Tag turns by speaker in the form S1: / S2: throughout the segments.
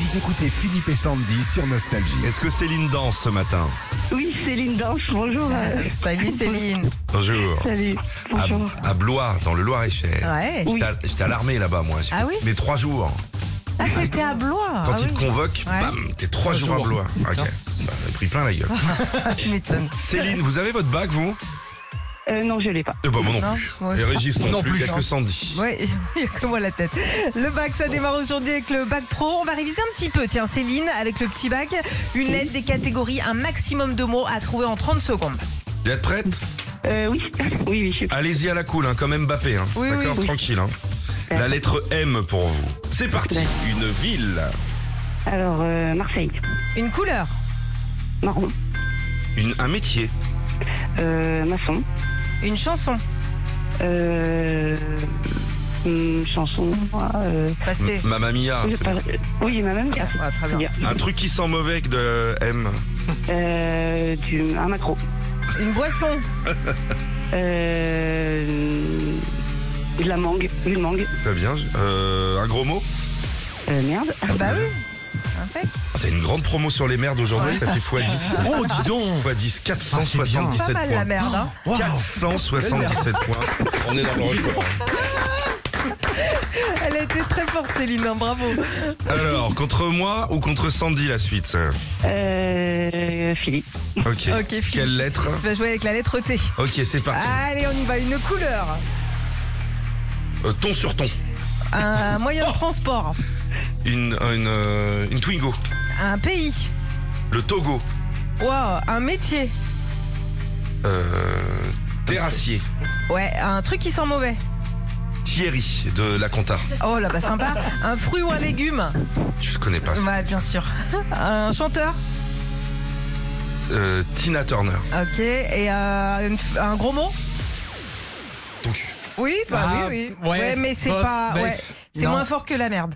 S1: Vous écoutez Philippe et Sandy sur Nostalgie.
S2: Est-ce que Céline danse ce matin
S3: Oui, Céline Danse, bonjour. euh,
S4: Salut Céline.
S2: Bonjour.
S3: Salut,
S2: À,
S3: bonjour.
S2: à Blois, dans le Loir-et-Cher.
S4: Ouais.
S2: J'étais à- J'étais à l'armée là-bas, moi. J'ai
S4: Ah
S2: fait
S4: oui
S2: Mes trois jours.
S4: Ah, c'était à Blois.
S2: Quand
S4: ah,
S2: ils te
S4: oui.
S2: convoquent,
S4: Ouais.
S2: bam, t'es trois jours à Blois. Ok. Bah, j'ai pris plein la gueule.
S4: Tu m'étonnes.
S2: Céline, vous avez votre bac, vous
S4: Ah.
S3: Euh, non, je l'ai pas.
S2: Eh ben, moi non,
S4: Non,
S2: plus.
S4: moi-
S2: Et Régis non,
S1: Non
S2: plus,
S1: plus,
S2: il y a
S1: non.
S2: que Sandy.
S4: Ouais, il y a que moi la tête. Le bac, ça démarre aujourd'hui avec le bac pro. On va réviser un petit peu. Tiens, Céline, avec le petit bac, une lettre des catégories, un maximum de mots à trouver en 30 secondes.
S2: Vous êtes prête
S3: Euh, oui, oui, oui, je sais pas.
S2: Allez-y à la cool, hein, comme Mbappé. Hein.
S4: Oui,
S2: D'accord
S4: oui.
S2: Tranquille. Hein.
S3: Ouais.
S2: La lettre M pour vous. C'est parti.
S3: Ouais.
S2: Une ville,
S3: Alors, euh, Marseille,
S4: Une couleur,
S3: marron,
S2: une, un métier,
S3: euh, maçon,
S4: une chanson.
S3: euh, hum, chanson, moi, euh,
S4: Passé.
S2: M- Mamma Mia.
S3: je
S2: c'est
S3: parle- oui, ma même carte.
S4: Ah, très
S3: c'est
S4: bien.
S3: bien.
S2: bien. Un truc qui sent mauvais que de M.
S3: Euh, du, un macro,
S4: Une boisson,
S3: euh, de la mangue, une mangue,
S2: Très bien. Euh, un gros mot
S3: euh, merde,
S4: bah oui. Impec.
S2: Ah, T'as une grande promo sur les merdes aujourd'hui, ça fait x10.
S1: Oh, dis donc
S2: X 10,
S4: Pas
S2: 477
S4: mal
S2: points. Oh.
S4: la merde, hein.
S1: Wow.
S2: 477 points. On est dans le record.
S4: Elle a été très forte, Céline, hein, bravo.
S2: Alors, contre moi ou contre Sandy la suite
S3: euh, Philippe,
S2: Ok.
S4: Ok, Ah. Philippe.
S2: Quelle lettre
S4: Tu vas jouer avec la lettre T.
S2: Ok, c'est parti.
S4: Allez, on y va. Une couleur,
S2: Euh, ton sur ton.
S4: un moyen
S2: Oh.
S4: de transport,
S2: Une, une, euh, une Twingo.
S4: un pays,
S2: Le Togo.
S4: wow, un métier,
S2: Euh, terrassier.
S4: ouais, un truc qui sent mauvais.
S2: Thierry de la Conta.
S4: Oh là bah sympa. Un fruit ou un légume
S2: Je connais pas. ça.
S4: Bah bien sûr. Un chanteur
S2: Euh, Tina Turner.
S4: Ok. Et euh, une- un gros mot
S2: Ton cul.
S4: Oui, bah
S1: Ah,
S4: oui, oui.
S1: ouais,
S4: mais c'est
S1: bof,
S4: pas.
S1: bête.
S4: ouais, c'est
S1: Non.
S4: moins fort que la merde.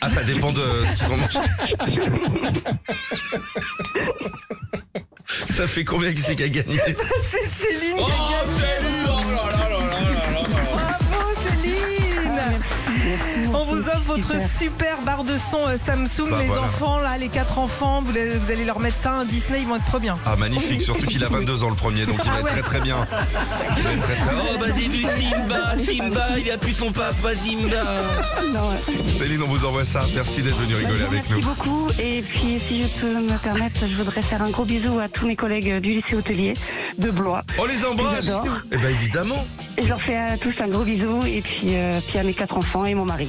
S2: Ah, ça dépend de ce qu'ils ont mangé. Ça fait combien que c'est qu'à gagner
S4: C'est Céline.
S2: Oh, Céline Oh là là là là là là
S4: Bravo Céline On vous offre votre
S3: Super.
S4: super barre de son euh, Samsung.
S2: Bah,
S4: les
S2: voilà.
S4: enfants, là, les quatre enfants, vous, les- vous allez leur mettre ça, un Disney, ils vont être trop bien.
S2: Ah magnifique, surtout qu'il a 22 ans le premier, donc il va
S4: Ah
S2: être
S4: ouais.
S2: très très bien. Il va être très, très... Oh bah j'ai vu Simba, Simba, il a plus son papa Simba.
S3: non, euh,
S2: Céline, on vous envoie ça. Merci d'être venu rigoler
S3: Bonjour,
S2: avec
S3: Bah, merci
S2: nous.
S3: beaucoup. Et puis, si je peux me permettre, je voudrais faire un gros bisou à tous mes collègues du lycée hôtelier de Blois.
S2: On les embrasse.
S3: J'adore.
S2: Eh ben évidemment.
S3: Et je leur fais à tous un gros bisou. Et puis, euh, puis à mes quatre enfants et mon mari.